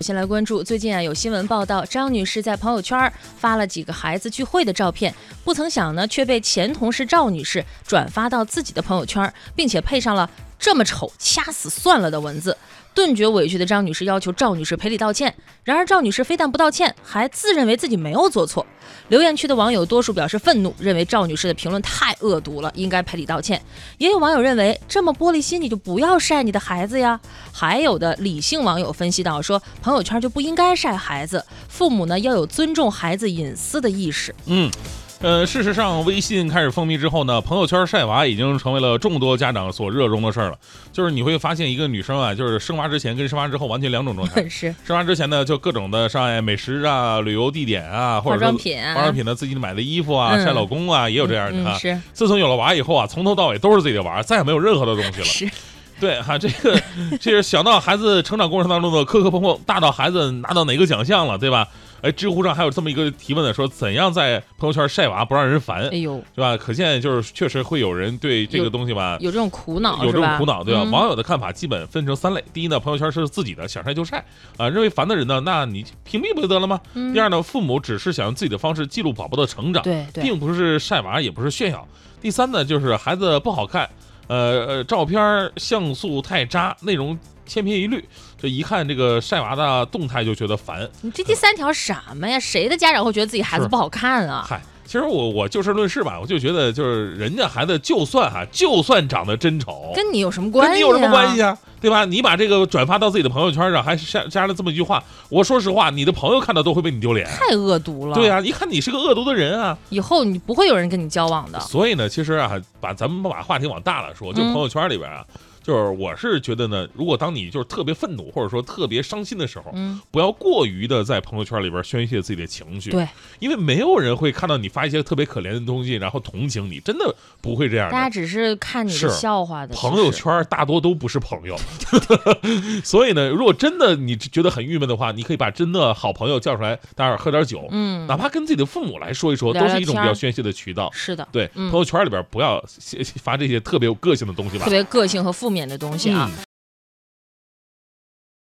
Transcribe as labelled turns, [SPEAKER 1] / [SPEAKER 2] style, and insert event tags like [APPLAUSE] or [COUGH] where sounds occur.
[SPEAKER 1] 先来关注最近啊，有新闻报道，张女士在朋友圈发了几个孩子聚会的照片，不曾想呢，却被前同事赵女士转发到自己的朋友圈，并且配上了“这么丑，掐死算了”的文字。顿觉委屈的张女士要求赵女士赔礼道歉，然而赵女士非但不道歉，还自认为自己没有做错。留言区的网友多数表示愤怒，认为赵女士的评论太恶毒了，应该赔礼道歉。也有网友认为这么玻璃心，你就不要晒你的孩子呀。还有的理性网友分析到说，朋友圈就不应该晒孩子，父母呢要有尊重孩子隐私的意识。
[SPEAKER 2] 嗯。呃，事实上，微信开始风靡之后呢，朋友圈晒娃已经成为了众多家长所热衷的事儿了。就是你会发现，一个女生啊，就是生娃之前跟生娃之后完全两种状态。 [LAUGHS]
[SPEAKER 1] 是
[SPEAKER 2] 生娃之前呢，就各种的晒美食啊、旅游地点啊，或
[SPEAKER 1] 化
[SPEAKER 2] 者说
[SPEAKER 1] 妆品啊，
[SPEAKER 2] 化妆品呢自己买的衣服啊、
[SPEAKER 1] 嗯
[SPEAKER 2] 晒老公啊，也有这样的啊
[SPEAKER 1] 嗯、。
[SPEAKER 2] [LAUGHS]
[SPEAKER 1] 是
[SPEAKER 2] 自从有了娃以后啊，从头到尾都是自己的娃，再也没有任何的东西了。
[SPEAKER 1] 是，
[SPEAKER 2] [LAUGHS] 对哈、这个这是小到孩子成长过程当中的磕磕碰碰，大到孩子拿到哪个奖项了，对吧？哎，知乎上还有这么一个提问呢，说怎样在朋友圈晒娃不让人烦，
[SPEAKER 1] 哎呦，
[SPEAKER 2] 对吧？可见就是确实会有人对这
[SPEAKER 1] 有
[SPEAKER 2] 个东西吧。
[SPEAKER 1] 有这种苦恼
[SPEAKER 2] 有这
[SPEAKER 1] 是
[SPEAKER 2] 种
[SPEAKER 1] 吧
[SPEAKER 2] 苦恼，对吧？
[SPEAKER 1] 嗯
[SPEAKER 2] 网友的看法基本分成三类：第一呢，朋友圈是自己的，想晒就晒，啊、认为烦的人呢，那你屏蔽不就得了吗？
[SPEAKER 1] 嗯
[SPEAKER 2] 第二呢，父母只是想用自己的方式记录宝宝的成长，
[SPEAKER 1] 对对，
[SPEAKER 2] 并不是晒娃，也不是炫耀。第三呢，就是孩子不好看，呃呃，照片儿像素太渣，内容千篇一律，这一看这个晒娃的动态就觉得烦。
[SPEAKER 1] 你这第三条什么呀？谁的家长会觉得自己孩子
[SPEAKER 2] 是
[SPEAKER 1] 不好看啊？
[SPEAKER 2] 嗨，其实我我就事论事吧，我就觉得就是人家孩子就算哈、就算长得真丑，
[SPEAKER 1] 跟你有什么关系、啊？
[SPEAKER 2] 跟你有什么关系啊？对吧？你把这个转发到自己的朋友圈上，还加加了这么一句话，我说实话，你的朋友看到都会为你丢脸。
[SPEAKER 1] 太恶毒了。
[SPEAKER 2] 对、啊，一看你是个恶毒的人啊！
[SPEAKER 1] 以后你不会有人跟你交往的。
[SPEAKER 2] 所以呢，其实啊，把咱们把话题往大了说，就
[SPEAKER 1] 嗯
[SPEAKER 2] 朋友圈里边啊，就是我是觉得呢，如果当你就是特别愤怒或者说特别伤心的时候，
[SPEAKER 1] 嗯，
[SPEAKER 2] 不要过于的在朋友圈里边宣泄自己的情绪，
[SPEAKER 1] 对，
[SPEAKER 2] 因为没有人会看到你发一些特别可怜的东西，然后同情你，真的不会这样
[SPEAKER 1] 大
[SPEAKER 2] 的。
[SPEAKER 1] 家只是看你的
[SPEAKER 2] 是
[SPEAKER 1] 笑话的。
[SPEAKER 2] 朋友
[SPEAKER 1] 其实
[SPEAKER 2] 圈大多都不是朋友， [LAUGHS] 所以呢，如果真的你觉得很郁闷的话，你可以把真的好朋友叫出来，大家喝点酒，
[SPEAKER 1] 嗯，
[SPEAKER 2] 哪怕跟自己的父母来说一说，
[SPEAKER 1] 聊聊
[SPEAKER 2] 都是一种
[SPEAKER 1] 天
[SPEAKER 2] 比
[SPEAKER 1] 儿
[SPEAKER 2] 较宣泄的渠道。
[SPEAKER 1] 是的，
[SPEAKER 2] 对，
[SPEAKER 1] 嗯
[SPEAKER 2] 朋友圈里边不要发这些特别有个性的东西吧嗯
[SPEAKER 1] 特。别个性和负面的东西啊。